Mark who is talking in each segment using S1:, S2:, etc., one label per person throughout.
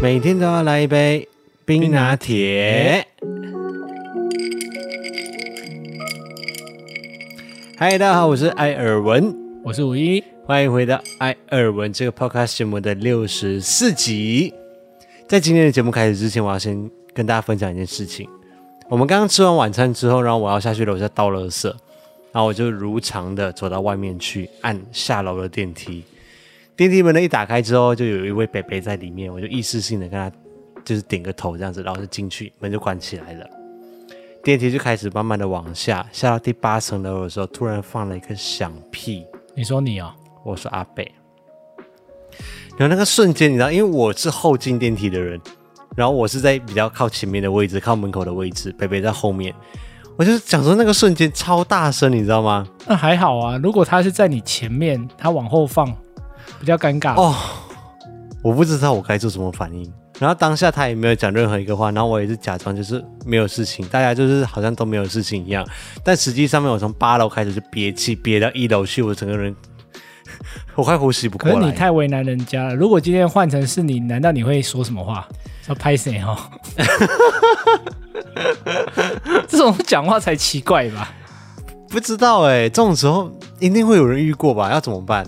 S1: 每天都要来一杯冰拿铁。嗨，大家好，我是艾尔文，
S2: 我是五一，
S1: 欢迎回到艾尔文这个 podcast 节目的六十四集。在今天的节目开始之前，我要先跟大家分享一件事情。我们刚刚吃完晚餐之后，然后我要下去楼下倒垃圾，然后我就如常的走到外面去，按下楼的电梯。电梯门呢一打开之后，就有一位北北在里面，我就意识性的跟他就是点个头这样子，然后就进去，门就关起来了。电梯就开始慢慢的往下，下到第八层楼的时候，突然放了一个响屁。
S2: 你说你哦，
S1: 我说阿北。然后那个瞬间，你知道，因为我是后进电梯的人，然后我是在比较靠前面的位置，靠门口的位置，北北在后面。我就是想说，那个瞬间超大声，你知道吗？
S2: 那还好啊。如果他是在你前面，他往后放，比较尴尬。
S1: 哦，我不知道我该做什么反应。然后当下他也没有讲任何一个话，然后我也是假装就是没有事情，大家就是好像都没有事情一样。但实际上面，我从八楼开始就憋气，憋到一楼去，我整个人 我快呼吸不过
S2: 可是
S1: 来
S2: 你
S1: 了。
S2: 太为难人家了。如果今天换成是你，难道你会说什么话？说拍谁 哦？这种讲话才奇怪吧？
S1: 不知道哎、这种时候一定会有人遇过吧？要怎么办？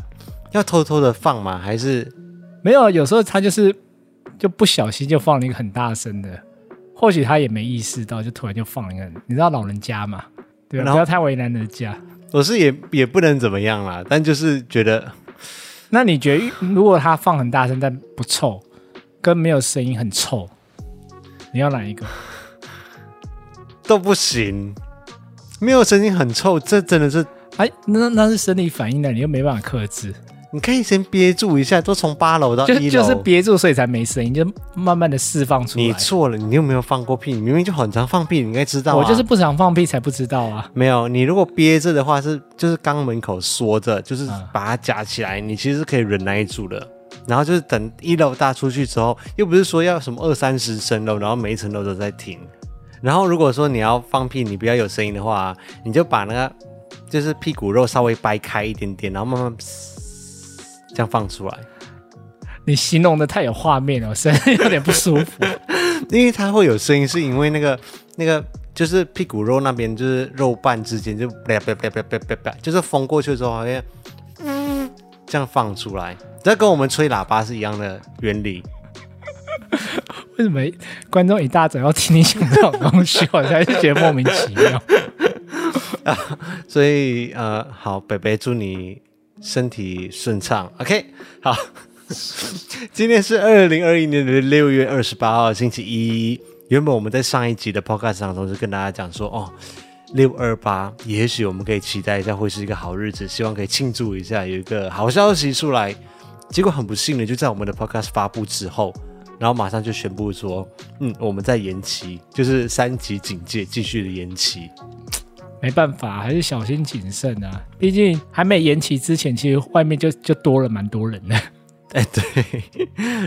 S1: 要偷偷的放吗？还是
S2: 没有，有时候他就是就不小心就放了一个很大声的，或许他也没意识到，就突然就放了一个，你知道老人家嘛？对
S1: 然
S2: 吧？
S1: 后
S2: 不要太为难人家。
S1: 我是也也不能怎么样啦，但就是觉得
S2: 那你觉得，如果他放很大声但不臭，跟没有声音很臭，你要哪一个？
S1: 都不行，没有声音很臭，这真的是
S2: 哎，那那是生理反应的，你又没办法克制，
S1: 你可以先憋住一下，都从八楼到
S2: 就
S1: 一楼，
S2: 就是憋住，所以才没声音，就慢慢的释放出
S1: 你
S2: 来。
S1: 错了，你有没有放过屁？你明明就很常放屁，你应该知道、啊。
S2: 我就是不想放屁才不知道啊。
S1: 没有，你如果憋着的话是就是肛门口缩着，就是
S2: 嗯
S1: 把它夹起来，你其实是可以忍耐住的。然后就是等一楼大出去之后，又不是说要什么二三十层楼，然后每一层楼都在停。然后如果说你要放屁，你不要有声音的话，你就把那个就是屁股肉稍微掰开一点点，然后慢慢嘶这样放出来，
S2: 你形容的太有画面了，我身体有点不舒 服。
S1: 因为它会有声音，是因为那个那个就是屁股肉那边就是肉瓣之间就啪啪啪啪啪啪啪，就是风过去的时候好像嗯这样放出来，这跟我们吹喇叭是一样的原理。
S2: 为什么观众一大早要听你讲这种东西，我才是觉得莫名其妙。
S1: 所以呃，好，北北祝你身体顺畅。OK，好， 今天是二零二一年的六月二十八号，星期一。原本我们在上一集的 Podcast 当中就跟大家讲说，哦，六二八，也许我们可以期待一下会是一个好日子，希望可以庆祝一下，有一个好消息出来。结果很不幸的，就在我们的 Podcast 发布之后，然后马上就宣布说，嗯，我们在延期，就是三级警戒继续的延期。
S2: 没办法，还是小心谨慎啊。毕竟还没延期之前，其实外面就就多了蛮多人的。
S1: 哎，对。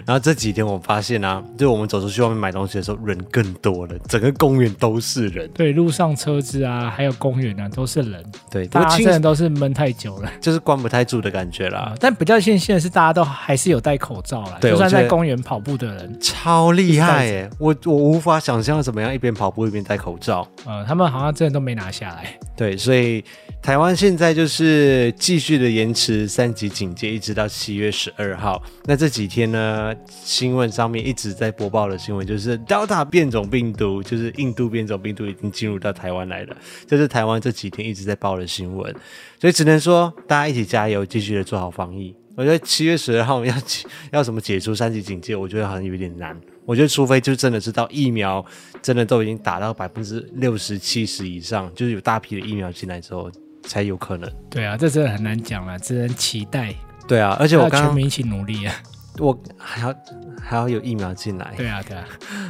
S1: 然后这几天我发现啊，就我们走出去外面买东西的时候，人更多了，整个公园都是人。
S2: 对，路上车子啊，还有公园啊，都是人，
S1: 对，不
S2: 大
S1: 过
S2: 家
S1: 庆
S2: 真的都是闷太久了
S1: 就是关不太住的感觉啦
S2: 啊。，但比较庆幸的是，大家都还是有戴口罩啦，
S1: 对
S2: 就算
S1: 我觉
S2: 在
S1: 得
S2: 公园跑步的人，
S1: 超厉害
S2: 一直
S1: 耶、我我无法想象怎么样一边跑步一边戴口罩。
S2: 呃，他们好像真的都没拿下来。
S1: 对，所以台湾现在就是继续的延迟三级警戒，一直到七月十二号。那这几天呢，新闻上面一直在播报的新闻就是 Delta 变种病毒，就是印度变种病毒已经进入到台湾来了，这是台湾这几天一直在报的新闻。所以只能说大家一起加油，继续的做好防疫。我觉得七月十二号要 解要什么解除三级警戒，我觉得好像有点难。我觉得除非就真的是到疫苗真的都已经打到百分之六十七十以上，就是有大批的疫苗进来之后才有可能。
S2: 对啊，这真的很难讲了，只能期待，
S1: 对啊，而且
S2: 要
S1: 我刚
S2: 全
S1: 刚
S2: 民一起努力 啊。
S1: 我还要还要有疫苗进来。
S2: 对啊，对啊，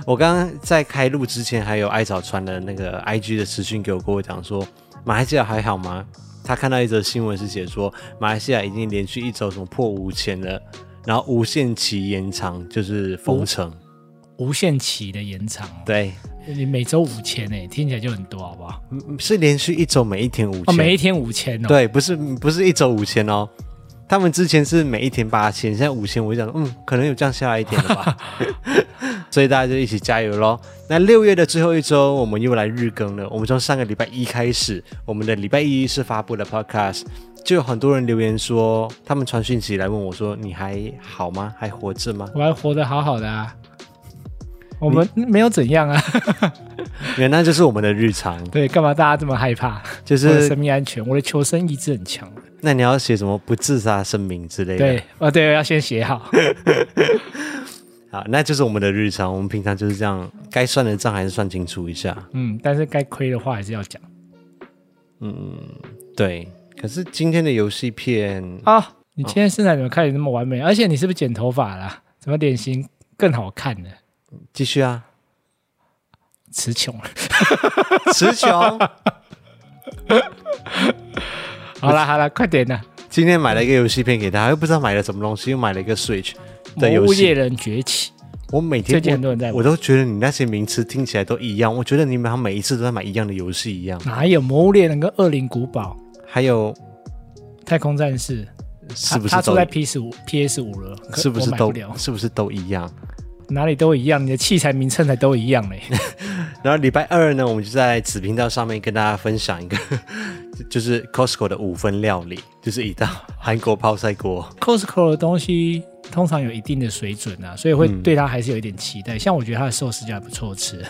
S1: 我刚刚在开录之前，还有艾草传的那个 IG 的私讯给我，跟我讲说马来西亚还好吗？他看到一则新闻是写说马来西亚已经连续一周什么破五千了，然后无限期延长就是封城。
S2: 哦无限期的延长、哦，
S1: 对，
S2: 你每周五千诶，听起来就很多，好不好？
S1: 嗯是连续一周每一天五
S2: 哦，
S1: 千、
S2: 每一天五千哦。
S1: 对，不是不是一周五千哦。 他们之前是每一天八千，现在五千，我就想，嗯，可能有降下来一点了吧。所以大家就一起加油喽。那六月的最后一周，我们又来日更了。我们从上个礼拜一开始，我们的礼拜一是发布的 podcast，就有很多人留言说，他们传讯息来问我说：“你还好吗？还活着吗
S2: 我还活得好好的啊，我们没有怎样啊。？”
S1: 原来这是我们的日常，
S2: 对，干嘛大家这么害怕？
S1: 就
S2: 我的生
S1: 是
S2: 命安全，我的求生意志很强。
S1: 那你要写什么不自杀声明之类的。
S2: 对，哦，对，要先写好。
S1: 好，那就是我们的日常。我们平常就是这样，该算的账还是算清楚一下。
S2: 嗯，但是该亏的话还是要讲
S1: 对，可是今天的游戏片，
S2: 啊。你今天身材怎么看起来那么完美？而且你是不是剪头发啦？怎么脸型更好看呢？
S1: 继续 啊，
S2: 词穷了。
S1: 词穷。
S2: 好啦好啦，快点 啦！
S1: 今天买了一个游戏片给他，又不知道买了什么东西，又买了一个 Switch 的
S2: 魔
S1: 游
S2: 物
S1: 戏
S2: 猎。人崛起，
S1: 我每天
S2: 最近很多人在
S1: 我
S2: 玩
S1: 我都觉得你那些名词听起来都一样，我觉得你们好像每一次都在买一样的游戏一样。
S2: 哪有魔物猎人跟恶灵古堡、
S1: 还有
S2: 太空战士？
S1: 是不
S2: 它
S1: 是
S2: 它出
S1: 都
S2: 在 P 十五、PS 五了？可
S1: 是不是
S2: 我买
S1: 都
S2: 不了？
S1: 是不是都一样？
S2: 哪里都一样，你的器材名称才都一样 嘞。
S1: 然后礼拜二呢，我们就在子频道上面跟大家分享一个， 就是 Costco 的五分料理，就是一道韩国泡菜锅。
S2: Costco 的东西通常有一定的水准啊，所以会
S1: 嗯
S2: 对它还是有一点期待。像我觉得它的寿司就还不错吃，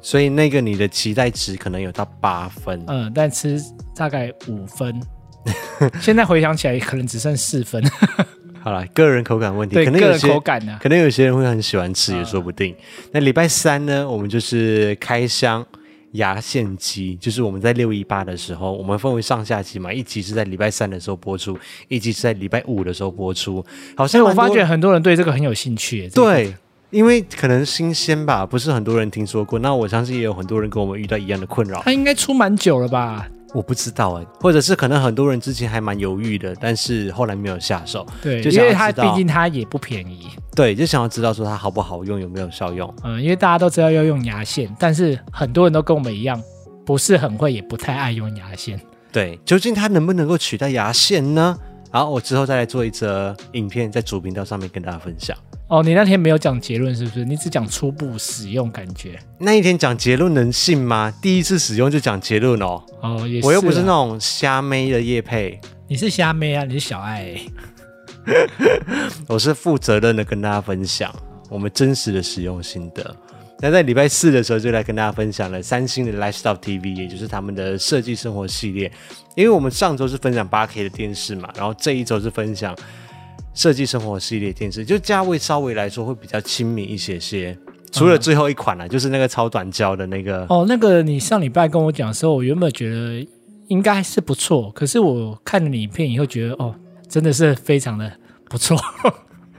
S1: 所以那个你的期待值可能有到八分，
S2: 嗯，但吃大概五分。 现在回想起来，可能只剩四分。
S1: 好了，个人口感问题，
S2: 对
S1: 可能
S2: 个
S1: 有
S2: 人
S1: 些
S2: 口感啊嗯呢、
S1: 可能有些人会很喜欢吃，也说不定。那礼拜三呢，我们就是开箱牙线机，就是我们在六一八的时候，我们分为上下集嘛，一集是在礼拜三的时候播出，一集是在礼拜五的时候播出。好
S2: 所以
S1: 像
S2: 我
S1: 蛮多
S2: 发觉很多人对这个很有兴趣耶。这个，
S1: 对。啊因为可能新鲜吧，不是很多人听说过。那我相信也有很多人跟我们遇到一样的困扰。
S2: 它应该出蛮久了吧？
S1: 我不知道哎、或者是可能很多人之前还蛮犹豫的，但是后来没有下手。
S2: 对，
S1: 就
S2: 因
S1: 想要
S2: 为它
S1: 知
S2: 毕
S1: 道
S2: 竟它也不便宜。
S1: 对，就想要知道说它好不好用，有没有效用。
S2: 嗯，因为大家都知道要用牙线，但是很多人都跟我们一样，不是很会，也不太爱用牙线。
S1: 对，究竟它能不能够取代牙线呢？好，我之后再来做一则影片，在主频道上面跟大家分享。
S2: 哦，你那天没有讲结论是不是？你只讲初步使用感觉。
S1: 那一天讲结论能信吗？第一次使用就讲结论哦，
S2: 哦，也是啊。
S1: 我又不是那种虾妹的叶配，
S2: 你是虾妹啊，你是小爱欸、
S1: 我是负责任的跟大家分享我们真实的使用心得。那在礼拜四的时候就来跟大家分享了三星的 Lifestyle TV，也就是他们的设计生活系列。因为我们上周是分享 8K 的电视嘛，然后这一周是分享设计生活系列电视，就价位稍微来说会比较亲民一些些。除了最后一款啦、啊就是那个超短焦的那个，
S2: 哦，那个你上礼拜跟我讲的时候，我原本觉得应该是不错，可是我看了你影片以后，觉得哦，真的是非常的不错，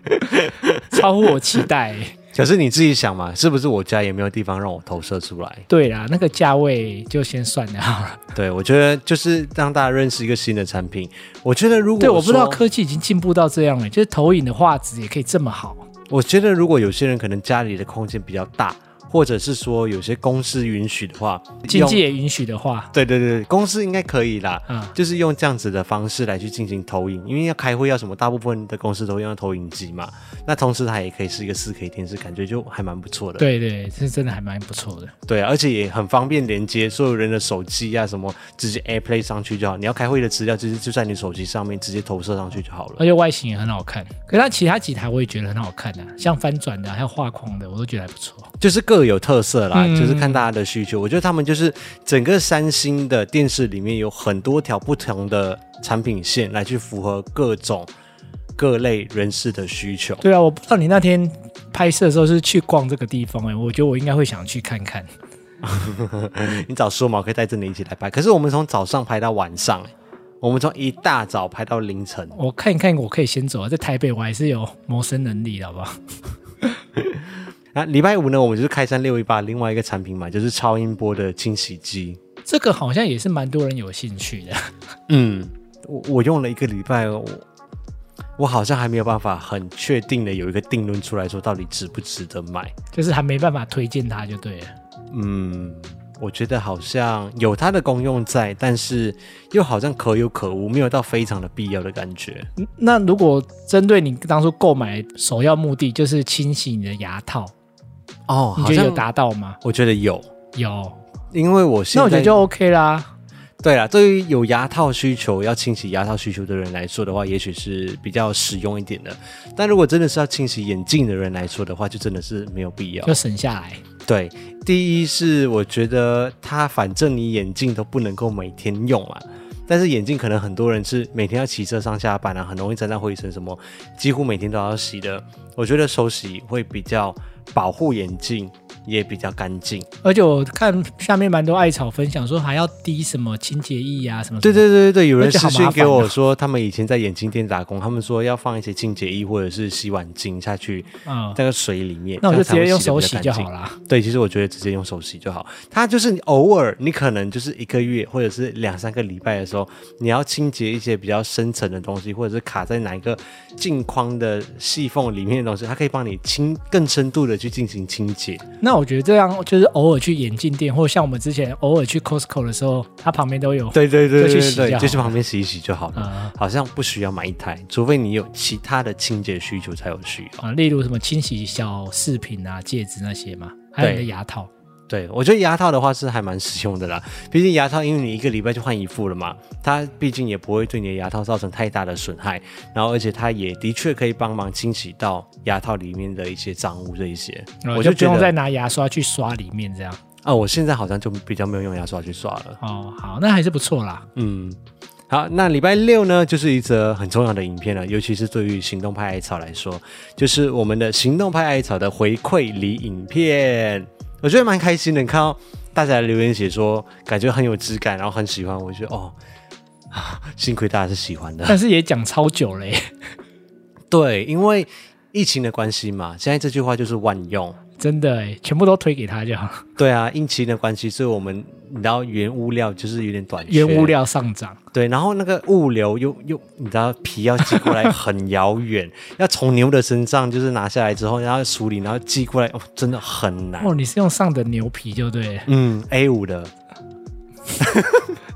S2: 超乎我期待欸、
S1: 可是你自己想嘛，是不是我家也没有地方让我投射出来？
S2: 对啦，那个价位就先算了好了。
S1: 对，我觉得就是让大家认识一个新的产品。我觉得如果
S2: 对，我不知道
S1: 说
S2: 科技已经进步到这样了，就是投影的画质也可以这么好。
S1: 我觉得，如果有些人可能家里的空间比较大，或者是说有些公司允许的话，
S2: 经济
S1: 用
S2: 也允许的话，
S1: 对对对，公司应该可以啦。
S2: 啊、
S1: 就是用这样子的方式来去进行投影，因为要开会要什么，大部分的公司都会用到投影机嘛。那同时它也可以是一个4 K 电视，感觉就还蛮不错的。
S2: 对对，是真的还蛮不错的。
S1: 对啊，而且也很方便连接所有人的手机啊，什么直接 AirPlay 上去就好。你要开会的资料，其实就在你手机上面直接投射上去就好了。
S2: 而且外形也很好看。可是它其他几台我也觉得很好看啊，像翻转的啊、还有画框的，我都觉得还不错。
S1: 就是各有特色啦，
S2: 嗯
S1: 就是看大家的需求。我觉得他们就是整个三星的电视里面有很多条不同的产品线来去符合各种各类人士的需求。
S2: 对啊，我不知道你那天拍摄的时候是去逛这个地方哎、我觉得我应该会想去看看。
S1: 你早说嘛，我可以带着你一起来拍。可是我们从早上拍到晚上，我们从一大早拍到凌晨。
S2: 我看一看，我可以先走啊，在台北我还是有谋生能力的，好不好？
S1: 那礼拜五呢，我们就是开山六一八另外一个产品嘛，就是超音波的清洗机。
S2: 这个好像也是蛮多人有兴趣的。
S1: 嗯，我我用了一个礼拜，我我好像还没有办法很确定的有一个定论出来说到底值不值得买。
S2: 就是还没办法推荐它就对了。
S1: 嗯，我觉得好像有它的功用在，但是又好像可有可无，没有到非常的必要的感觉。
S2: 嗯那如果针对你当初购买首要目的就是清洗你的牙套，
S1: 哦，
S2: 你
S1: 好
S2: 觉得有
S1: 像
S2: 达到吗？
S1: 我觉得有，
S2: 有，
S1: 因为我现在
S2: 那我觉得就 OK 啦。
S1: 对啦，对于有牙套需求要清洗牙套需求的人来说的话，也许是比较实用一点的。但如果真的是要清洗眼镜的人来说的话，就真的是没有必要
S2: 就。省下来。
S1: 对，第一是我觉得它反正你眼镜都不能够每天用啊，但是眼镜可能很多人是每天要骑车上下班啊，很容易沾到灰尘什么，几乎每天都要洗的。我觉得手洗会比较保护眼镜，也比较干净。
S2: 而且我看下面蛮多艾草分享说还要滴什么清洁液啊什么什
S1: 对对
S2: 么
S1: 对对对，有人
S2: 而且
S1: 私
S2: 好
S1: 信
S2: 麻
S1: 给
S2: 烦
S1: 我
S2: 哦
S1: 说，他们以前在眼镜店打工，他们说要放一些清洁液或者是洗碗巾下去
S2: 嗯，
S1: 那个水里面，
S2: 那我就直
S1: 这样才会
S2: 接用
S1: 得
S2: 手
S1: 比较
S2: 洗
S1: 干
S2: 就
S1: 净
S2: 好啦。
S1: 对，其实我觉得直接用手洗就好。它就是你偶尔，你可能就是一个月或者是两三个礼拜的时候，你要清洁一些比较深层的东西，或者是卡在哪一个镜框的细缝里面的东西，它可以帮你清更深度的去进行清洁。
S2: 那我觉得这样就是偶尔去眼镜店，或像我们之前偶尔去 Costco 的时候，它旁边都有。
S1: 对对对
S2: 就去
S1: 对
S2: 洗就
S1: 对，
S2: 好
S1: 就去
S2: 了
S1: 旁边洗一洗就好了。嗯
S2: 啊
S1: 好像不需要买一台，除非你有其他的清洁需求才有需要。
S2: 啊，例如什么清洗小饰品啊、戒指那些嘛，还有你的
S1: 对
S2: 牙套。
S1: 对，我觉得牙套的话是还蛮实用的啦，毕竟牙套因为你一个礼拜就换一副了嘛，它毕竟也不会对你的牙套造成太大的损害，然后而且它也的确可以帮忙清洗到牙套里面的一些脏污这一些。
S2: 呃
S1: 我
S2: 就不
S1: 觉
S2: 用
S1: 得
S2: 再拿牙刷去刷里面这样。
S1: 啊，我现在好像就比较没有用牙刷去刷了。
S2: 哦，好，那还是不错 啦。
S1: 嗯，好，那礼拜六呢，就是一则很重要的影片了，尤其是对于行动派艾草来说，就是我们的行动派艾草的回馈礼影片，我觉得蛮开心的，看到大家留言写说感觉很有质感，然后很喜欢，我觉得哦。啊幸亏大家是喜欢的，
S2: 但是也讲超久嘞、
S1: 对，因为疫情的关系嘛，现在这句话就是万用，
S2: 真的、欸，全部都推给他就好。
S1: 对啊，疫情的关系，所以我们你知道原物料就是有点短缺，
S2: 原物料上涨，
S1: 对，然后那个物流又又，你知道皮要寄过来很遥远， 要从牛的身上就是拿下来之后，然后处理，然后寄过来，哦，真的很难。
S2: 哦，你是用上等牛皮就对了，
S1: 嗯，A 五的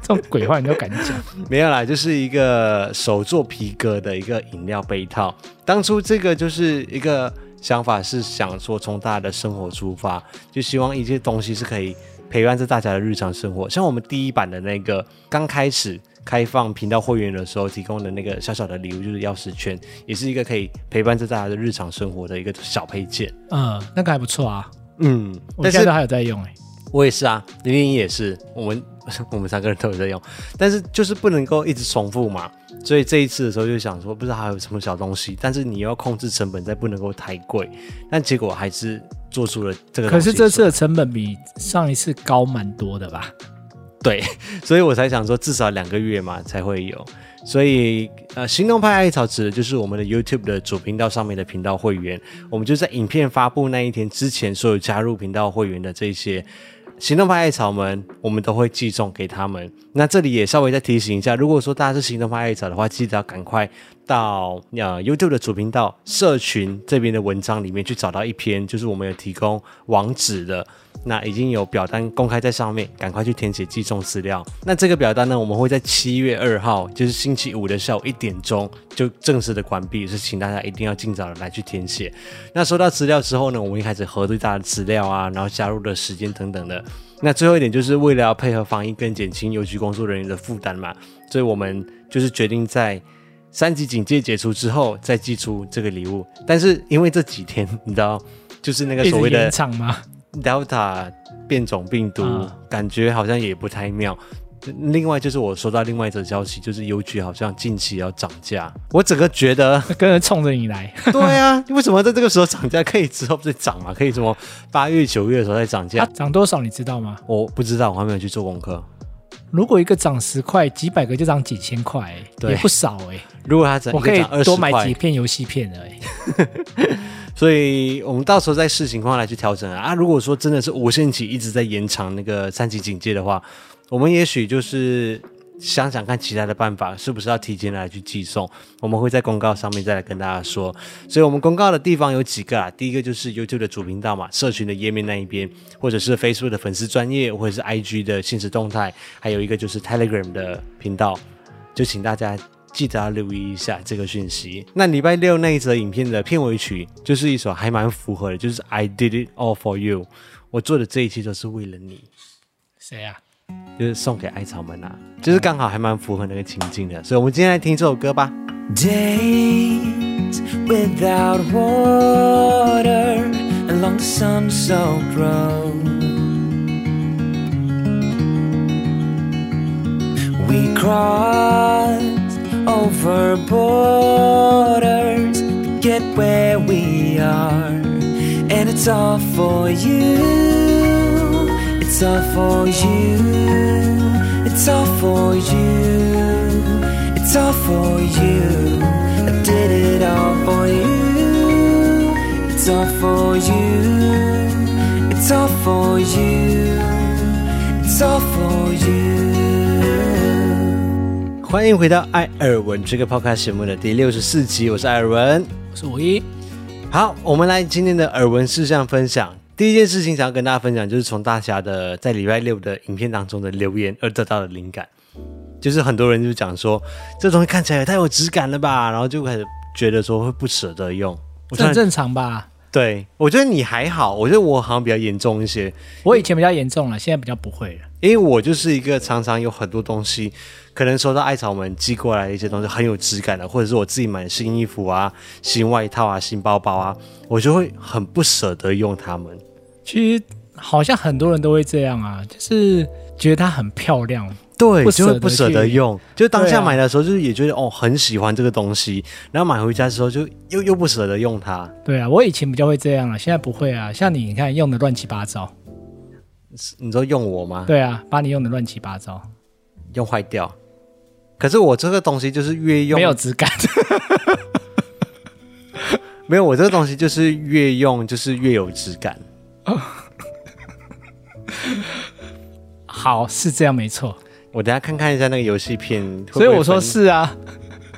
S2: 这种鬼话你都 敢讲？
S1: 没有啦，就是一个手做皮革的一个饮料杯套。当初这个就是一个想法，是想说从大家的生活出发，就希望一些东西是可以陪伴着大家的日常生活。像我们第一版的那个刚开始开放频道会员的时候提供的那个小小的礼物，就是钥匙圈，也是一个可以陪伴着大家的日常生活的一个小配件。
S2: 嗯，那个还不错啊，
S1: 嗯，
S2: 我
S1: 但
S2: 现在
S1: 是
S2: 都还有在用哎、
S1: 我也是啊，玲玲也是，我们 我们三个人都有在用，但是就是不能够一直重复嘛，所以这一次的时候就想说，不知道还有什么小东西，但是你要控制成本，再不能够太贵，但结果还是做出了这个东
S2: 可
S1: 西
S2: 是这次的成本比上一次高蛮多的吧？
S1: 对，所以我才想说至少两个月嘛才会有。所以呃，行动派艾草指的就是我们的 YouTube 的主频道上面的频道会员，我们就在影片发布那一天之前，所有加入频道会员的这些。行动派艾草们，我们都会寄送给他们。那这里也稍微再提醒一下，如果说大家是行动派艾草的话，记得要赶快到呃 YouTube 的主频道社群这边的文章里面去找到一篇，就是我们有提供网址的，那已经有表单公开在上面，赶快去填写寄送资料。那这个表单呢，我们会在七月二号，就是星期五的下午一点钟就正式的关闭，是请大家一定要尽早的来去填写。那收到资料之后呢，我们会开始核对大家的资料啊，然后加入的时间等等的。那最后一点就是为了要配合防疫跟减轻邮局工作人员的负担嘛，所以我们就是决定在三级警戒解除之后再寄出这个礼物。但是因为这几天你知道，就是那个
S2: 一
S1: 所
S2: 直
S1: 谓的
S2: 延长吗？
S1: Delta 变种病毒，
S2: 啊
S1: 感觉好像也不太妙。另外就是我收到另外一则消息，就是邮局好像近期要涨价，我整个觉 得，
S2: 跟着冲着你来，
S1: 对啊，为什么在这个时候涨价？可以之后再涨嘛？可以什么八月、九月的时候再涨价？
S2: 它啊涨多少你知道吗？
S1: 我不知道，我还没有去做功课。
S2: 如果一个涨十块，几百个就涨几千块、欸，
S1: 对
S2: 也不少哎、
S1: 如果它涨，
S2: 我可以
S1: 一个涨
S2: 多
S1: 20
S2: 买
S1: 块
S2: 几片游戏片而已。
S1: 所以我们到时候再视情况来去调整啊。啊如果说真的是无限期一直在延长那个三级警戒的话，我们也许就是想想看其他的办法，是不是要提前来去寄送？我们会在公告上面再来跟大家说。所以我们公告的地方有几个啊？第一个就是 YouTube 的主频道嘛，社群的页面那一边，或者是 Facebook 的粉丝专业，或者是 IG 的现实动态，还有一个就是 Telegram 的频道，就请大家。记得要留意一下这个讯息。那礼拜六那一则影片的片尾曲就是一首还蛮符合的，就是 I did it all for you，我做的这一切都是为了你，
S2: 谁啊？
S1: 就是送给艾草们啊，就是刚好还蛮符合那个情境的。所以我们今天来听这首歌吧。
S3: Days without water along the sun-soaked road. We crossed over borders to get where we are, and it's all for you. It's all for you. It's all for you. It's all for you. I did it all for you. It's all for you. It's all for you. It's all for you.
S1: 欢迎回到艾尔文这个 podcast 节目的第六十四集，我是艾尔文。
S2: 我是五一，
S1: 好，我们来今天的耳闻事项分享。第一件事情想要跟大家分享，就是从大家的在礼拜六的影片当中的留言而得到的灵感。就是很多人就讲说，这东西看起来也太有质感了吧，然后就开始觉得说会不舍得用。我
S2: 这
S1: 觉
S2: 很
S1: 得，
S2: 正常吧？
S1: 对我觉得你还好，我觉得我好像比较严重一些，
S2: 我以前比较严重了，现在比较不会了。
S1: 因为我就是一个常常有很多东西，可能收到艾草们寄过来的一些东西很有质感的，或者是我自己买的新衣服啊、新外套啊、新包包啊，我就会很不舍得用它们。
S2: 其实好像很多人都会这样啊，就是觉得它很漂亮，
S1: 对，
S2: 不
S1: 就
S2: 舍
S1: 会
S2: 得
S1: 不舍得
S2: 去
S1: 用。就当
S2: 对
S1: 下
S2: 啊
S1: 买的时候，就是也觉得、哦很喜欢这个东西，然后买回家的时候就又又不舍得用它，
S2: 对啊，我以前比较会这样了，现在不会啊。像你，你看用的乱七八糟，
S1: 你说用我吗？
S2: 对啊，把你用的乱七八糟，
S1: 用坏掉。可是我这个东西就是越用
S2: 没有质感。
S1: 没有我这个东西就是越用就是越有质感。
S2: 好，是这样没错，
S1: 我等一下看看一下那个游戏片会不会
S2: 所以我说
S1: 分
S2: 是啊。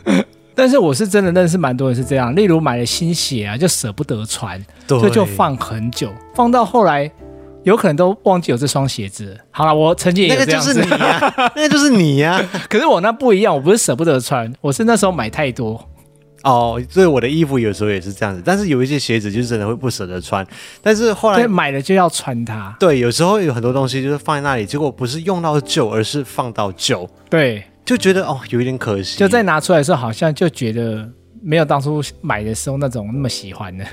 S2: 但是我是真的认识蛮多人是这样，例如买了新鞋啊，就舍不得穿，
S1: 对
S2: 所以就放很久，放到后来有可能都忘记有这双鞋子了。好了，我曾经也
S1: 那
S2: 有
S1: 个
S2: 这
S1: 就
S2: 样
S1: 是
S2: 子，
S1: 你呀、 那个就是你啊呀、
S2: 可是我那不一样，我不是舍不得穿，我是那时候买太多。
S1: 哦，所以我的衣服有时候也是这样子，但是有一些鞋子就是真的会不舍得穿，但是后来
S2: 对，买了就要穿它。
S1: 对，有时候有很多东西就是放在那里，结果不是用到旧，而是放到旧，
S2: 对，
S1: 就觉得哦有一点可惜。
S2: 就在拿出来的时候，好像就觉得没有当初买的时候那种那么喜欢的。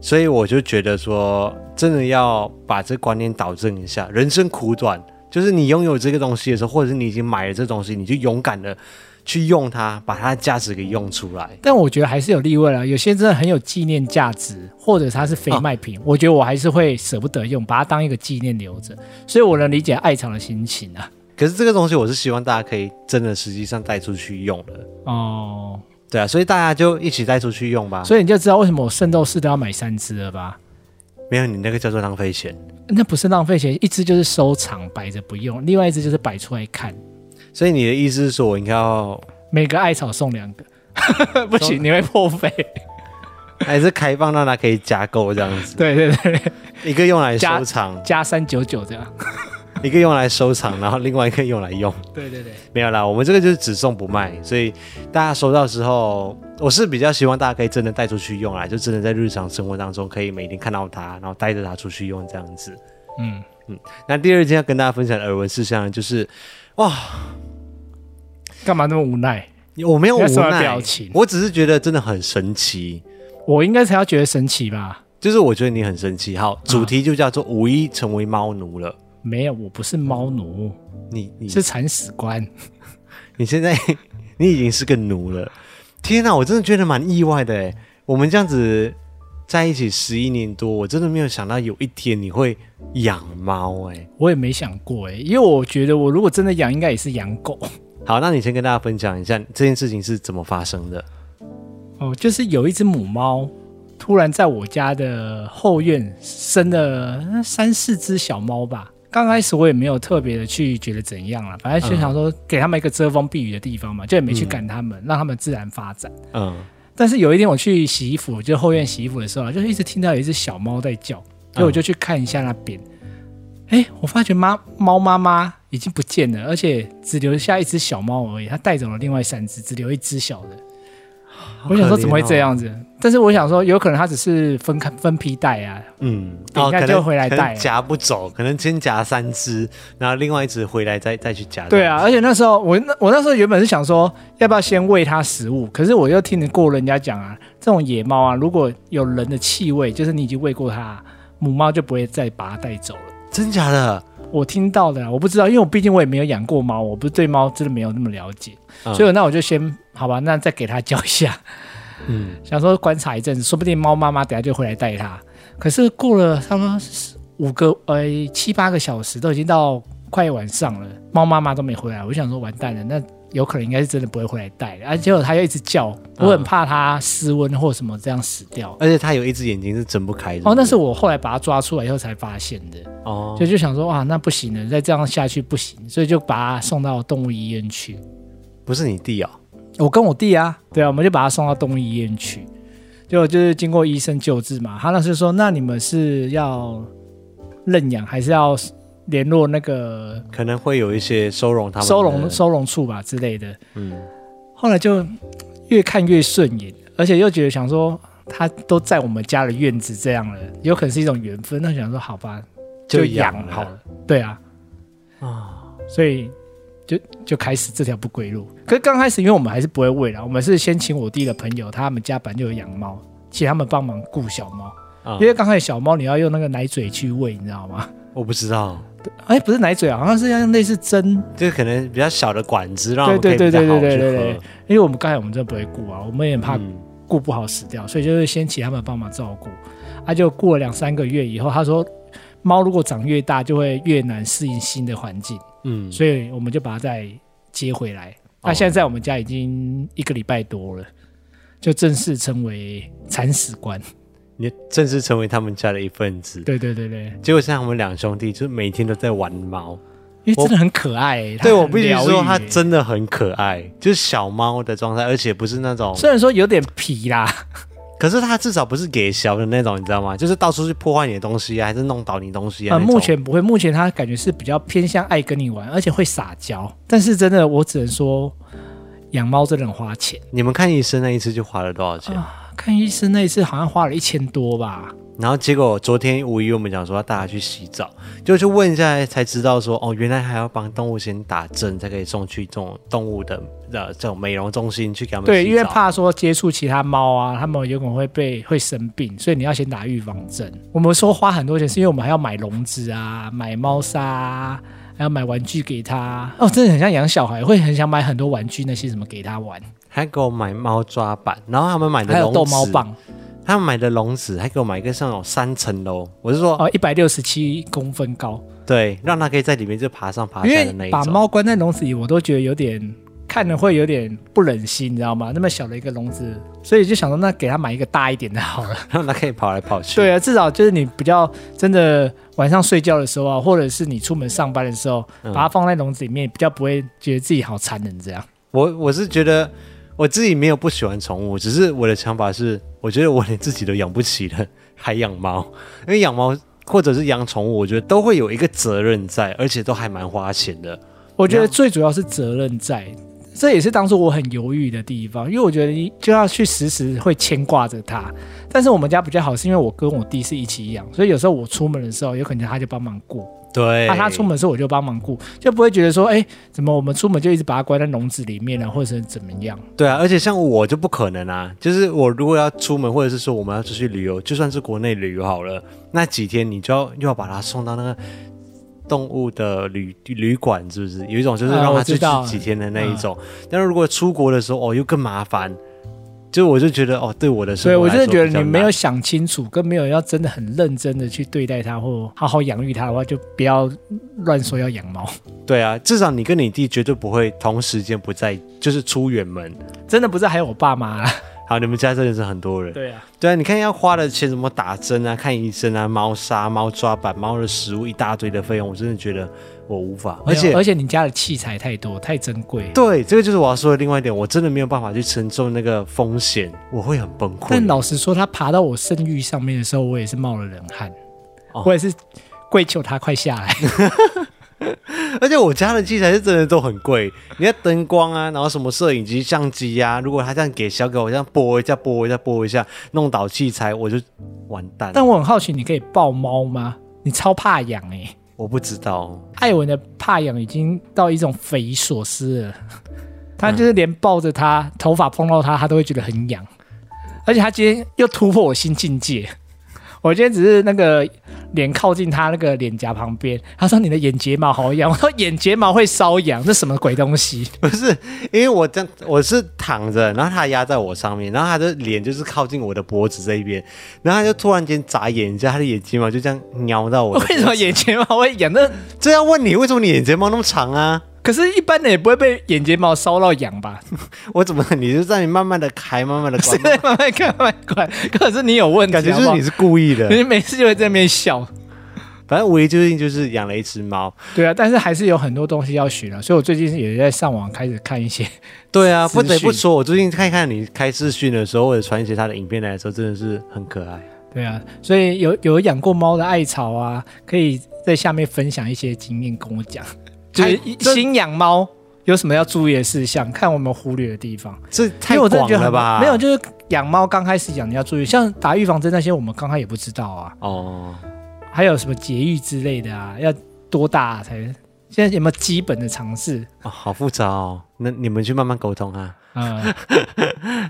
S1: 所以我就觉得说，真的要把这观念导正一下。人生苦短，就是你拥有这个东西的时候，或者是你已经买了这东西，你就勇敢的去用它，把它的价值给用出来。
S2: 但我觉得还是有例外啦，有些真的很有纪念价值，或者它是非卖品，我觉得我还是会舍不得用，把它当一个纪念留着。所以我能理解爱厂的心情啊。
S1: 可是这个东西，我是希望大家可以真的实际上带出去用的。
S2: 哦，
S1: 对啊，所以大家就一起带出去用吧。
S2: 所以你就知道为什么我圣斗士都要买三只了吧？
S1: 没有你那个叫做浪费钱。
S2: 那不是浪费钱，一只就是收藏摆着不用，另外一只就是摆出来看。
S1: 所以你的意思是说我应该要
S2: 每个艾草送两个， 不行，你会破费。
S1: 还哎是开放让它可以加购这样子，
S2: 对对对，
S1: 一个用来
S2: 加
S1: 收藏，
S2: 加三九九这样。
S1: 一个用来收藏，然后另外一个用来用。
S2: 对对对，
S1: 没有啦，我们这个就是只送不卖，所以大家收到之后，我是比较希望大家可以真的带出去用啦，就真的在日常生活当中可以每天看到它，然后带着它出去用这样子。
S2: 嗯，
S1: 那第二件要跟大家分享的耳闻事项呢就是，哇，
S2: 干嘛那么无奈？
S1: 我没有
S2: 你在
S1: 无
S2: 什么
S1: 奈，
S2: 表情
S1: 我只是觉得真的很神奇，
S2: 我应该才要觉得神奇吧？
S1: 就是我觉得你很神奇。好，主题就叫做五一成为猫奴了。
S2: 没有，我不是猫奴，
S1: 你你
S2: 是铲屎官。
S1: 你现在 你已经是个奴了，天哪，我真的觉得蛮意外的哎。我们这样子在一起十一年多，我真的没有想到有一天你会养猫哎。
S2: 我也没想过哎、因为我觉得我如果真的养，应该也是养狗。
S1: 好，那你先跟大家分享一下这件事情是怎么发生的。
S2: 哦，就是有一只母猫，突然在我家的后院生了呃三四只小猫吧。刚开始我也没有特别的去觉得怎样啦，反正就想说给它们一个遮风避雨的地方嘛，就也没去赶它们，让它们自然发展。
S1: 嗯，
S2: 但是有一天我去洗衣服，就后院洗衣服的时候啊，就是一直听到有一只嗯小猫在叫，所以我就去看一下那边。哎、我发觉妈猫妈妈已经不见了，而且只留下一只小猫而已，它带走了另外三只，只留一只小的。我想说
S1: 哦
S2: 怎么会这样子？但是我想说，有可能它只是分开分批带啊，
S1: 嗯，
S2: 等一下
S1: 可
S2: 就
S1: 能
S2: 回来
S1: 可能
S2: 带了
S1: 夹不走，可能先夹三只，然后另外一只回来再再去夹。
S2: 对啊，，而且那时候我那我那时候原本是想说要不要先喂它食物，可是我又听得过人家讲啊，这种野猫啊，如果有人的气味，就是你已经喂过它，母猫就不会再把它带走了。
S1: 真假的？
S2: 我听到的啊，我不知道，因为我毕竟我也没有养过猫，我不对猫真的没有那么了解，
S1: 嗯
S2: 所以那我就先好吧，那再给它教一下，
S1: 嗯，
S2: 想说观察一阵子，说不定猫妈妈等下就回来带它。可是过了差不多五个呃七八个小时，都已经到快晚上了，猫妈妈都没回来。我想说完蛋了，那有可能应该是真的不会回来带的。啊，结果它又一直叫，我很怕它失温或什么这样死掉。
S1: 而且它有一只眼睛是睁不开的。
S2: 哦，那是我后来把它抓出来以后才发现的，
S1: 哦
S2: 所以就想说哇，那不行了，再这样下去不行，所以就把它送到动物医院去。
S1: 不是你弟哦，
S2: 我跟我弟啊，对啊，我们就把他送到动物医院去，结果就是经过医生救治嘛，他那时候说，那你们是要认养还是要联络那个
S1: 可能会有一些收容他们的
S2: 收容收容处吧之类的？
S1: 嗯
S2: 后来就越看越顺眼，而且又觉得想说，他都在我们家的院子这样了，有可能是一种缘分，那想说好吧，
S1: 就
S2: 养
S1: 养了
S2: 好了，对啊，
S1: 啊，
S2: 所以就就开始这条不归路。可是刚开始，因为我们还是不会喂啦，我们是先请我弟的朋友，他们家本来就有养猫，请他们帮忙顾小猫。
S1: 啊
S2: 因为刚开始小猫你要用那个奶嘴去喂，你知道吗？
S1: 我不知道，
S2: 哎，不是奶嘴啊，好像是要用类似针，
S1: 就可能比较小的管子，让我们可
S2: 对
S1: 以
S2: 对
S1: 比较
S2: 对
S1: 好
S2: 对对
S1: 去
S2: 对对对
S1: 喝。
S2: 因为我们刚才我们真的不会顾啊，我们也很怕
S1: 嗯
S2: 顾不好死掉，所以就是先请他们帮忙照顾。啊，就过了两三个月以后，他说猫如果长越大就会越难适应新的环境，
S1: 嗯，
S2: 所以我们就把它再接回来。那、
S1: 哦
S2: 现在在我们家已经一个礼拜多了，就正式成为铲屎官。
S1: 你正式成为他们家的一份子。
S2: 对对对对，
S1: 结果现在我们两兄弟就是每天都在玩猫，
S2: 因为真的很可爱、欸。它
S1: 对我
S2: 很
S1: 必须
S2: 疗愈
S1: 说
S2: 欸
S1: 它真的很可爱，就是小猫的状态，而且不是那种，
S2: 虽然说有点皮啦，
S1: 可是它至少不是给小的那种，你知道吗？就是到处去破坏你的东西啊，还是弄倒你东西啊
S2: 呃，
S1: 那种。
S2: 目前不会，目前它感觉是比较偏向爱跟你玩，而且会撒娇。但是真的，我只能说养猫真的很花钱。
S1: 你们看医生那一次就花了多少
S2: 啊
S1: 钱？
S2: 看医生那一次好像花了一千多吧，
S1: 然后结果昨天五一我们讲说要带它去洗澡，就去问一下才知道说哦，原来还要帮动物先打针才可以送去这种动物的呃这种美容中心去给他们洗澡。
S2: 对，因为怕说接触其他猫啊，它们有可能会被会生病，所以你要先打预防针。我们说花很多钱，是因为我们还要买笼子啊，买猫砂、啊，还要买玩具给它。哦，真的很像养小孩，会很想买很多玩具那些什么给它玩，
S1: 还给我买猫抓板，然后他们买的
S2: 还有
S1: 笼
S2: 逗猫
S1: 子
S2: 棒
S1: 他们买的笼子还给我买一个像那种三层楼，我是说，
S2: 哦，一百六十七公分高。
S1: 对，让它可以在里面就爬上爬
S2: 因
S1: 下的那
S2: 为
S1: 一
S2: 把
S1: 种。
S2: 猫关在笼子里，我都觉得有点看了会有点不忍心，你知道吗？那么小的一个笼子，所以就想说，那给它买一个大一点的好了。
S1: 让它可以跑来跑去。
S2: 对啊，至少就是你比较真的晚上睡觉的时候啊，或者是你出门上班的时候，
S1: 嗯
S2: 把它放在笼子里面，比较不会觉得自己好残忍这样。
S1: 我我是觉得我自己没有不喜欢宠物，只是我的想法是，我觉得我连自己都养不起了，还养猫， 因为养猫或者是养宠物，我觉得都会有一个责任在，而且都还蛮花钱的。
S2: 我觉得最主要是责任在，这也是当初我很犹豫的地方，因为我觉得你就要去时时会牵挂着它。但是我们家比较好，是因为我跟我弟是一起养，所以有时候我出门的时候，有可能他就帮忙顾。啊
S1: 对，
S2: 那、他出门的时候我就帮忙顾，就不会觉得说，哎、怎么我们出门就一直把它关在笼子里面了，啊或者是怎么样？
S1: 对啊，而且像我就不可能啊，就是我如果要出门，或者是说我们要出去旅游，就算是国内旅游好了，那几天你就要又要把它送到那个动物的旅旅馆，是不是？有一种就是
S2: 啊
S1: 让
S2: 我
S1: 它
S2: 知
S1: 去
S2: 道嗯
S1: 几天的那一种，但是如果出国的时候，哦，又更麻烦。就我就觉得哦，对我的生
S2: 所以
S1: 活
S2: 我真的觉
S1: 来说比
S2: 得
S1: 较
S2: 你没有
S1: 难
S2: 想清楚，跟没有要真的很认真的去对待它或好好养育它的话，就不要乱说要养猫。
S1: 对啊，至少你跟你弟绝对不会同时间不在，就是出远门。
S2: 真的不是还有我爸妈啊啦？
S1: 好，你们家真的是很多人。
S2: 对啊，
S1: 对啊，你看要花的钱，什么打针啊、看医生啊、猫砂、猫抓板、猫的食物，一大堆的费用，我真的觉得我无法。而且，
S2: 而且你家的器材太多，太珍贵。
S1: 对，这个就是我要说的另外一点，我真的没有办法去承受那个风险，我会很崩溃。
S2: 但老实说，它爬到我圣域上面的时候，我也是冒了冷汗，
S1: 哦
S2: 我也是跪求它快下来。
S1: 而且我家的器材是真的都很贵，你看灯光啊，然后什么摄影机、相机呀、啊，如果他这样给小狗这样拨一下、拨一下、拨一下，弄倒器材，我就完蛋了。
S2: 但我很好奇，你可以抱猫吗？你超怕痒哎、
S1: 我不知道，
S2: 艾文的怕痒已经到一种匪夷所思了，他就是连抱着他，头发碰到他，他都会觉得很痒。而且他今天又突破我新境界，我今天只是那个脸靠近他那个脸颊旁边，他说你的眼睫毛好痒，我说眼睫毛会瘙痒，这什么鬼东西？
S1: 不是因为我这样，我是躺着，然后他压在我上面，然后他的脸就是靠近我的脖子这一边，然后他就突然间眨眼一下，他的眼睫毛就这样瞄到我的脖子。
S2: 为什么眼睫毛会痒？那
S1: 这样问你，为什么你眼睫毛那么长啊？
S2: 可是，一般人也不会被眼睫毛烧到痒吧？
S1: 我怎么你就在你慢慢的开，慢慢的关
S2: 现，在慢慢看，慢慢看。可是你有问题，
S1: 感觉就是你
S2: 好
S1: 是故意
S2: 不
S1: 的
S2: 好，。你每次就会在那边笑。
S1: 反正无意最近就是养了一只猫。
S2: 对啊，但是还是有很多东西要学了，所以我最近也在上网开始看一些。
S1: 对啊，
S2: 资
S1: 不
S2: 讯
S1: 得不说，我最近看看你开视讯的时候，或者传一些它的影片来的时候，真的是很可爱。
S2: 对啊，所以有有养过猫的艾草啊，可以在下面分享一些经验跟我 讲。就是
S1: 哎这
S2: 新养猫有什么要注意的事项，看我们忽略的地方。
S1: 这太
S2: 因为我真的
S1: 广
S2: 觉得
S1: 了
S2: 很
S1: 吧？
S2: 没有，就是养猫刚开始养你要注意，像打预防针那些，我们刚开始也不知道啊。
S1: 哦，
S2: 还有什么节育之类的啊，要多大才？现在有没有基本的尝试？
S1: 哦好复杂哦。那你们去慢慢沟通啊。
S2: 呃，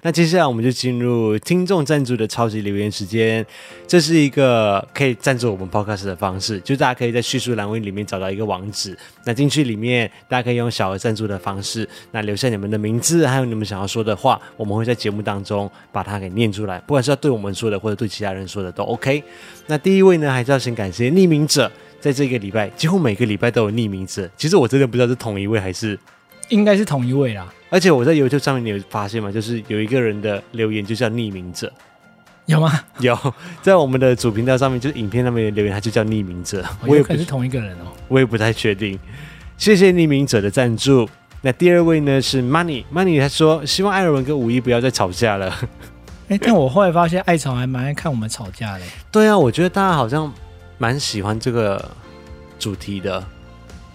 S1: 那接下来我们就进入听众赞助的超级留言时间，这是一个可以赞助我们 podcast 的方式，就大家可以在叙述栏位里面找到一个网址，那进去里面大家可以用小额赞助的方式，那留下你们的名字，还有你们想要说的话，我们会在节目当中把它给念出来，不管是要对我们说的，或者对其他人说的都 OK。那第一位呢，还是要先感谢匿名者。在这个礼拜，几乎每个礼拜都有匿名者。其实我真的不知道是同一位还是
S2: 应该是同一位啦，
S1: 而且我在 YouTube 上面，你有发现吗？就是有一个人的留言就叫匿名者，
S2: 有吗？
S1: 有在我们的主频道上面，就是影片上面的留言，他就叫匿名者。我
S2: 我
S1: 也
S2: 有
S1: 不
S2: 可能是同一个人哦。
S1: 我也不太确定。谢谢匿名者的赞助。那第二位呢是 Money Money，他说希望艾尔文跟五一不要再吵架了。
S2: 哎，但我后来发现艾草还蛮爱看我们吵架的，
S1: 对啊，我觉得大家好像蛮喜欢这个主题的。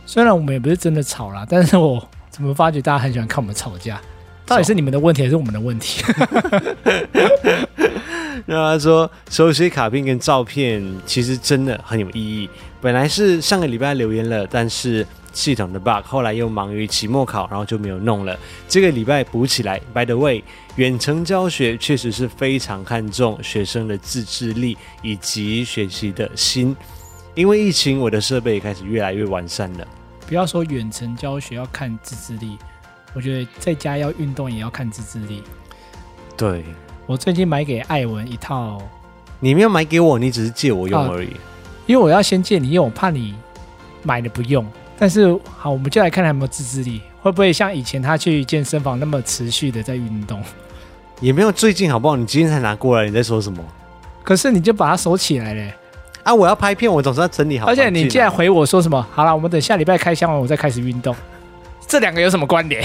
S2: 虽然我们也不是真的吵啦，但是我怎么发觉大家很喜欢看我们吵架？到底是你们的问题还是我们的问题？
S1: 然后他说，手写卡片跟照片其实真的很有意义。本来是上个礼拜留言了，但是系统的 bug，后来又忙于期末考，然后就没有弄了。这个礼拜补起来。By the way，远程教学确实是非常看重学生的自制力以及学习的心。因为疫情，我的设备也开始越来越完善了。
S2: 不要说远程教学要看自制力，我觉得在家要运动也要看自制力。
S1: 对，
S2: 我最近买给艾文一套
S1: 你没有买给我，你只是借我用而已。
S2: 因为我要先借你，因为我怕你买了不用。但是好，我们就来看他有没有自制力，会不会像以前他去健身房那么持续的在运动？
S1: 也没有最近好不好？你今天才拿过来，你在说什么？
S2: 可是你就把它收起来嘞，
S1: 啊，我要拍片，我总是要整理好
S2: 而
S1: 环境啊。
S2: 且你竟然回我说什么？好了，我们等下礼拜开箱完我再开始 运动，这两个有什么关联？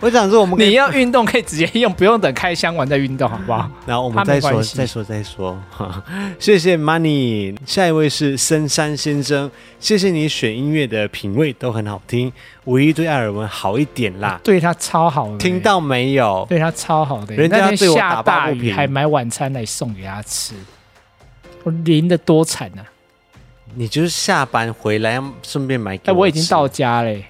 S1: 我想说，我们可
S2: 你
S1: 以，
S2: 要运动可以直接用，不用等开箱完再运动，好 不好？
S1: 然后我们再
S2: 他没
S1: 说，
S2: 关系
S1: 再说，再说。 谢谢 Money，下一位是森山先生，谢谢你选音乐的品味都很好听，五一对艾尔文好一点啦，
S2: 对他超好的、
S1: 啊
S2: 欸
S1: 听。到没有？
S2: 嗯对他超好的、欸
S1: 人家
S2: 那天
S1: 对我打
S2: 下
S1: 抱
S2: 大
S1: 不
S2: 雨
S1: 平
S2: 还买晚餐来送给他吃，我淋的多惨啊！
S1: 你就是下班回来顺便买给
S2: 哎，
S1: 我。
S2: 我已经到，家嘞、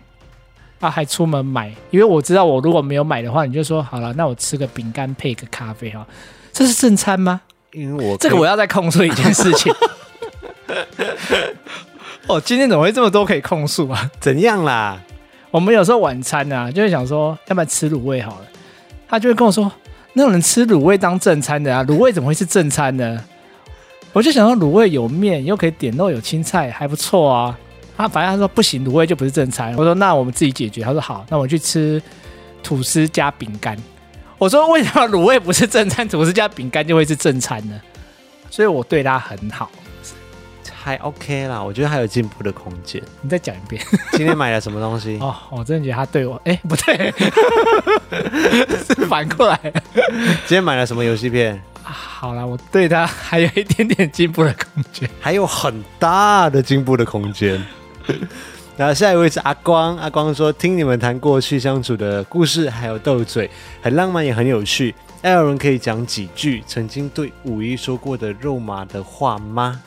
S2: 啊，还出门买，因为我知道我如果没有买的话，你就说好了，那我吃个饼干配个咖啡哈，这是正餐吗？
S1: 因为我
S2: 这个我要再控诉一件事情。哦，今天怎么会这么多可以控诉啊？
S1: 怎样啦？
S2: 我们有时候晚餐啊，就会想说，要不然吃卤味好了。他就会跟我说，那种人吃卤味当正餐的啊，卤味怎么会是正餐呢？我就想说，卤味有面，又可以点肉，有青菜，还不错啊。他反正他说不行，卤味就不是正餐。我说那我们自己解决。他说好，那我去吃吐司加饼干。我说为什么卤味不是正餐，吐司加饼干就会是正餐呢？所以我对他很好。
S1: 还 OK 啦，我觉得还有进步的空间。
S2: 你再讲一遍
S1: 今天买了什么东西？
S2: 哦，我真的觉得他对我，哎、 不对，是反过来。
S1: 今天买了什么游戏片？
S2: 啊好啦，我对他还有一点点进步的空间。
S1: 还有很大的进步的空间。 然后下一位是阿光，阿光说听你们谈过去相处的故事，还有斗嘴，很浪漫也很有趣。艾尔文可以讲几句曾经对五一说过的肉麻的话吗？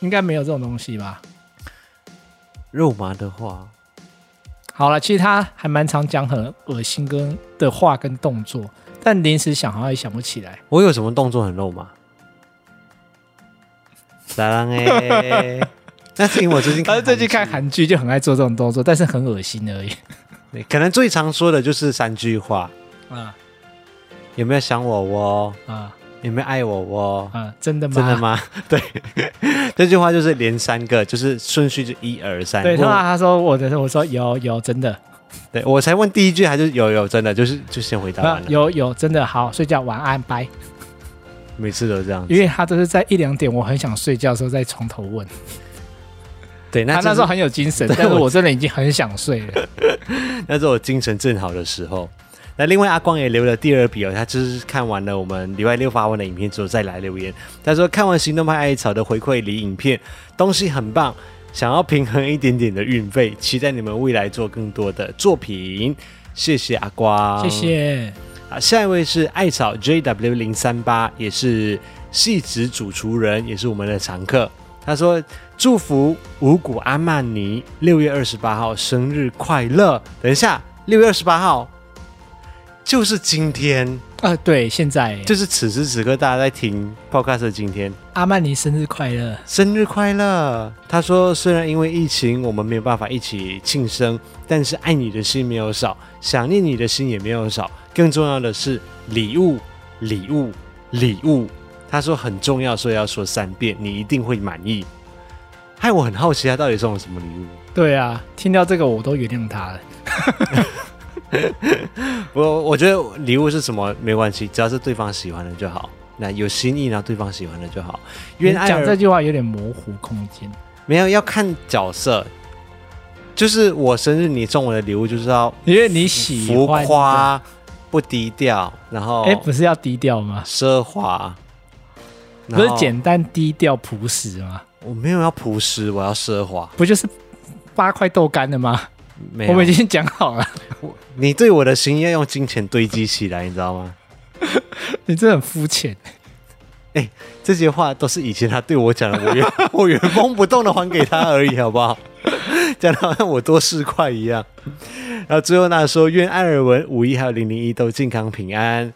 S2: 应该没有这种东西吧？
S1: 肉麻的话，
S2: 好了，其实他还蛮常讲很恶心跟的话跟动作，但临时想好像也想不起来。
S1: 我有什么动作很肉麻？咋啦哎？ 那是因为我最近
S2: 他
S1: 看，
S2: 最近看，韩剧就很爱做这种动作，但是很恶心而已。
S1: 可能最常说的就是三句话：
S2: 啊
S1: 有没有想我哦？
S2: 啊
S1: 有没有爱我哦？
S2: 啊！真的 吗？
S1: 真的？吗？对，这句话就是连三个，就是顺序就一二三。
S2: 对，
S1: 我
S2: 通常他说我的，我说有有真的
S1: 对我才问第一句，还是有有真的，就是就先回答
S2: 啊
S1: 完了。
S2: 有有真的好睡觉晚安拜，
S1: 每次都这样。
S2: 因为他都是在一两点我很想睡觉的时候再从头问。
S1: 对，那
S2: 他
S1: 这
S2: 那
S1: 是
S2: 时候很有精神，
S1: 对
S2: 但是
S1: 我
S2: 我真的已经很想睡了。
S1: 那是我精神正好的时候。那另外阿光也留了第二笔哦，他就是看完了我们礼拜六发文的影片之后再来留言。他说看完行动派艾草的回馈里影片，东西很棒，想要平衡一点点的运费，期待你们未来做更多的作品。谢谢阿光，
S2: 谢谢。
S1: 啊，下一位是艾草 JW 零三八，也是戏子主厨人，也是我们的常客。他说：“祝福五谷阿曼尼六月二十八号生日快乐。”等一下，六月二十八号就是今天，
S2: 啊，对，现在
S1: 就是此时此刻大家在听 podcast 的今天，
S2: 阿曼尼生日快乐。
S1: 生日快乐！他说，虽然因为疫情我们没有办法一起庆生，但是爱你的心没有少，想念你的心也没有少。更重要的是礼物，礼物，礼物。他说很重要，所以要说三遍，你一定会满意。害我很好奇他到底送了什么礼物。
S2: 对啊，听到这个我都原谅他了。
S1: 我我觉得礼物是什么没关系，只要是对方喜欢的就好。那有心意，然后对方喜欢的就好。
S2: 你
S1: 原来
S2: 讲这句话有点模糊空间。
S1: 没有要看角色，就是我生日你送我的礼物就是要
S2: 因为你喜
S1: 浮
S2: 欢的，
S1: 夸、不低调，然后
S2: 哎、不是要低调吗？
S1: 奢华，然
S2: 不是
S1: 后
S2: 简单低调朴实吗？
S1: 我没有要朴实，我要奢华。
S2: 不就是八块豆干的吗？
S1: 没
S2: 我
S1: 有
S2: 们，已经讲好了，
S1: 我你对我的心意要用金钱堆积起来，你知道吗？
S2: 你真的很肤浅。
S1: 这些话都是以前他对我讲的，我 原我原封不动的还给他而已，好不好？ 讲的好像我多市侩一样。然后最后那说，愿艾尔文、五一还有零零一都健康平安。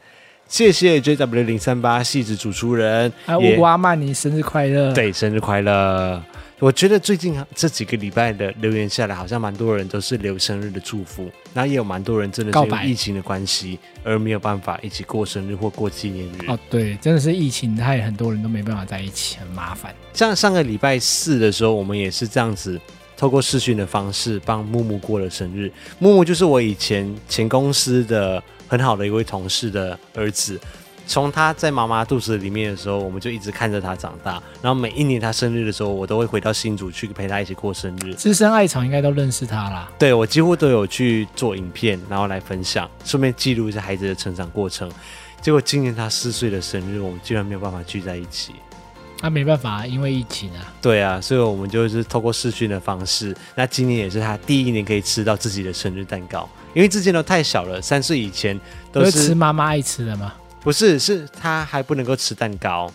S1: 谢谢 JW 零三八戏子主厨人，
S2: 哎、啊，
S1: 也
S2: 乌阿曼尼生日快乐！，
S1: 对，生日快乐！嗯我觉得最近这几个礼拜的留言下来，好像蛮多人都是留生日的祝福，然后也有蛮多人真的是
S2: 告
S1: 因
S2: 白
S1: 为疫情的关系而没有办法一起过生日或过纪念日。
S2: 哦对，真的是疫情，害很多人都没办法在一起，很麻烦。
S1: 像上个礼拜四的时候，我们也是这样子，透过视讯的方式帮木木过了生日。木木就是我以前前公司的很好的一位同事的儿子。从他在妈妈肚子里面的时候，我们就一直看着他长大。然后每一年他生日的时候，我都会回到新竹去陪他一起过生日。
S2: 资深爱草应该都认识他啦。
S1: 对我几乎都有去做影片，然后来分享，顺便记录一下孩子的成长过程。结果今年他四岁的生日，我们居然没有办法聚在一起。
S2: 啊，没办法，因为疫情啊。
S1: 对啊，所以我们就是透过视讯的方式。那今年也是他第一年可以吃到自己的生日蛋糕，因为之前都太小了，三岁以前都
S2: 都是吃
S1: 是
S2: 妈妈爱吃的吗？
S1: 不是是他还不能够吃蛋糕。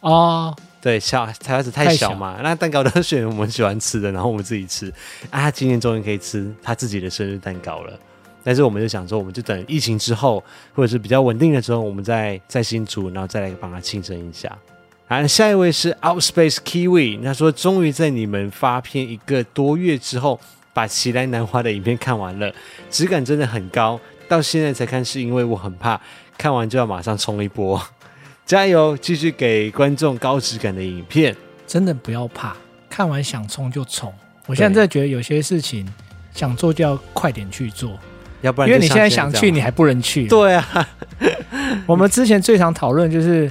S2: 哦，
S1: 对，小小孩子太
S2: 太
S1: 小
S2: 小
S1: 嘛，那蛋糕都是选我们喜欢吃的，然后我们自己吃。啊，他今年终于可以吃他自己的生日蛋糕了。但是我们就想说，我们就等疫情之后，或者是比较稳定的时候，我们再再新竹，然后再来帮他庆生一下。好，下一位是 Outspace Kiwi，他说终于在你们发片一个多月之后，把《奇来南花》的影片看完了，质感真的很高。到现在才看，是因为我很怕看完就要马上冲一波。加油，继续给观众高质感的影片。
S2: 真的不要怕，看完想冲就冲。我现在真的觉得有些事情想做就要快点去做，
S1: 要不然
S2: 因为
S1: 就
S2: 你现
S1: 像
S2: 在想去，你还不能去。
S1: 这样对啊，
S2: 我们之前最常讨论就是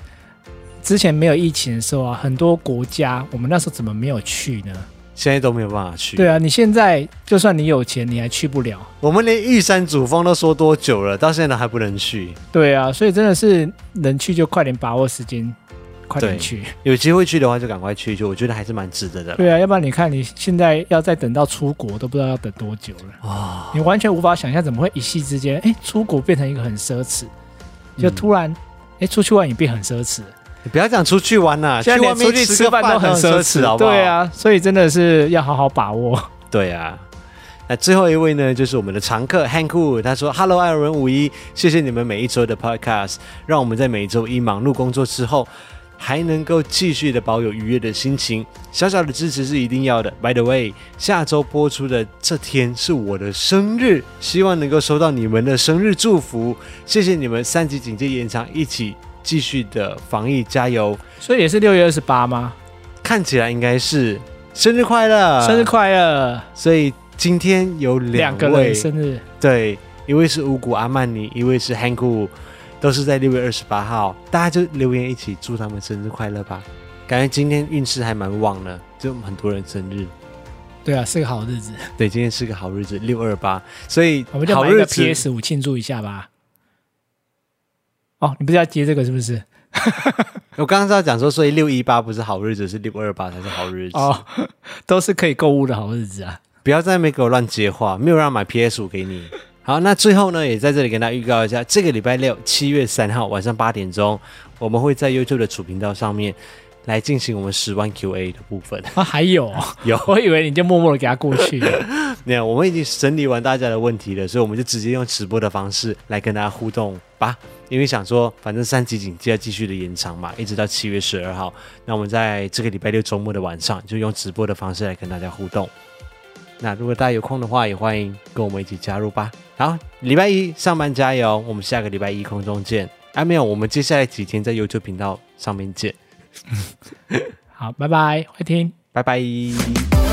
S2: 之前没有疫情的时候啊，很多国家我们那时候怎么没有去呢？
S1: 现在都没有办法去。
S2: 对啊，你现在就算你有钱，你还去不了。
S1: 我们连玉山主峰都说多久了，到现在都还不能去。
S2: 对啊，所以真的是能去就快点把握时间，快点
S1: 对
S2: 去。
S1: 有机会去的话，就赶快去一去，我觉得还是蛮值得的啦。
S2: 对啊，要不然你看你现在要再等到出国，都不知道要等多久了。
S1: 啊、
S2: 你完全无法想象怎么会一夕之间，哎，出国变成一个很奢侈，就
S1: 嗯
S2: 突然，哎、出去玩也变很奢侈。
S1: 你不要讲出啊去玩啦、
S2: 现在
S1: 外
S2: 连出
S1: 面
S2: 去
S1: 吃个
S2: 饭都
S1: 很
S2: 奢
S1: 侈，好不好？
S2: 对，啊，所以真的是要好好把握。
S1: 对啊。那最后一位呢，就是我们的常客 Hank Wu，他说：“Hello，艾尔文五一，谢谢你们每一周的 Podcast，让我们在每周一忙碌工作之后，还能够继续的保有愉悦的心情。小小的支持是一定要的。By the way，下周播出的这天是我的生日，希望能够收到你们的生日祝福。谢谢你们三级警戒延长，一起继续的防疫加油。
S2: 所以也是六月二十八吗？
S1: 看起来应该是生日快乐，
S2: 生日快乐！
S1: 所以今天有两
S2: 两个
S1: 位
S2: 人，生日，
S1: 对，一位是五谷阿曼尼，一位是 Hank Wu，都是在六月二十八号，大家就留言一起祝他们生日快乐吧。感觉今天运势还蛮旺的，就很多人生日。
S2: 对啊，是个好日子，
S1: 对，今天是个好日子，六二八，所以
S2: 我们就
S1: 好
S2: 买一
S1: 日
S2: 个
S1: 子
S2: PS 五庆祝一下吧。哦，你不是要接这个是不是？
S1: 我刚刚是要讲说，所以六一八不是好日子，是六二八才是好日子。
S2: 哦， 都是可以购物的好日子啊。
S1: 不要在那边给我乱接话，没有让买 PS 五给你。好，那最后呢，也在这里跟大家预告一下，这个礼拜六七月三号晚上八点钟，我们会在 YouTube 的主频道上面来进行我们十万 QA 的部分。
S2: 啊，还有哦、
S1: 有，
S2: 我以为你就默默的给他过去了。
S1: 没有？我们已经整理完大家的问题了，所以我们就直接用直播的方式来跟大家互动吧。因为想说，反正三级警戒要啊继续的延长嘛，一直到七月十二号。那我们在这个礼拜六周末的晚上，就用直播的方式来跟大家互动。那如果大家有空的话，也欢迎跟我们一起加入吧。好，礼拜一上班加油，我们下个礼拜一空中见。啊，没有，我们接下来几天在 YouTube 频道上面见，
S2: 好，拜拜，快听。
S1: 拜拜。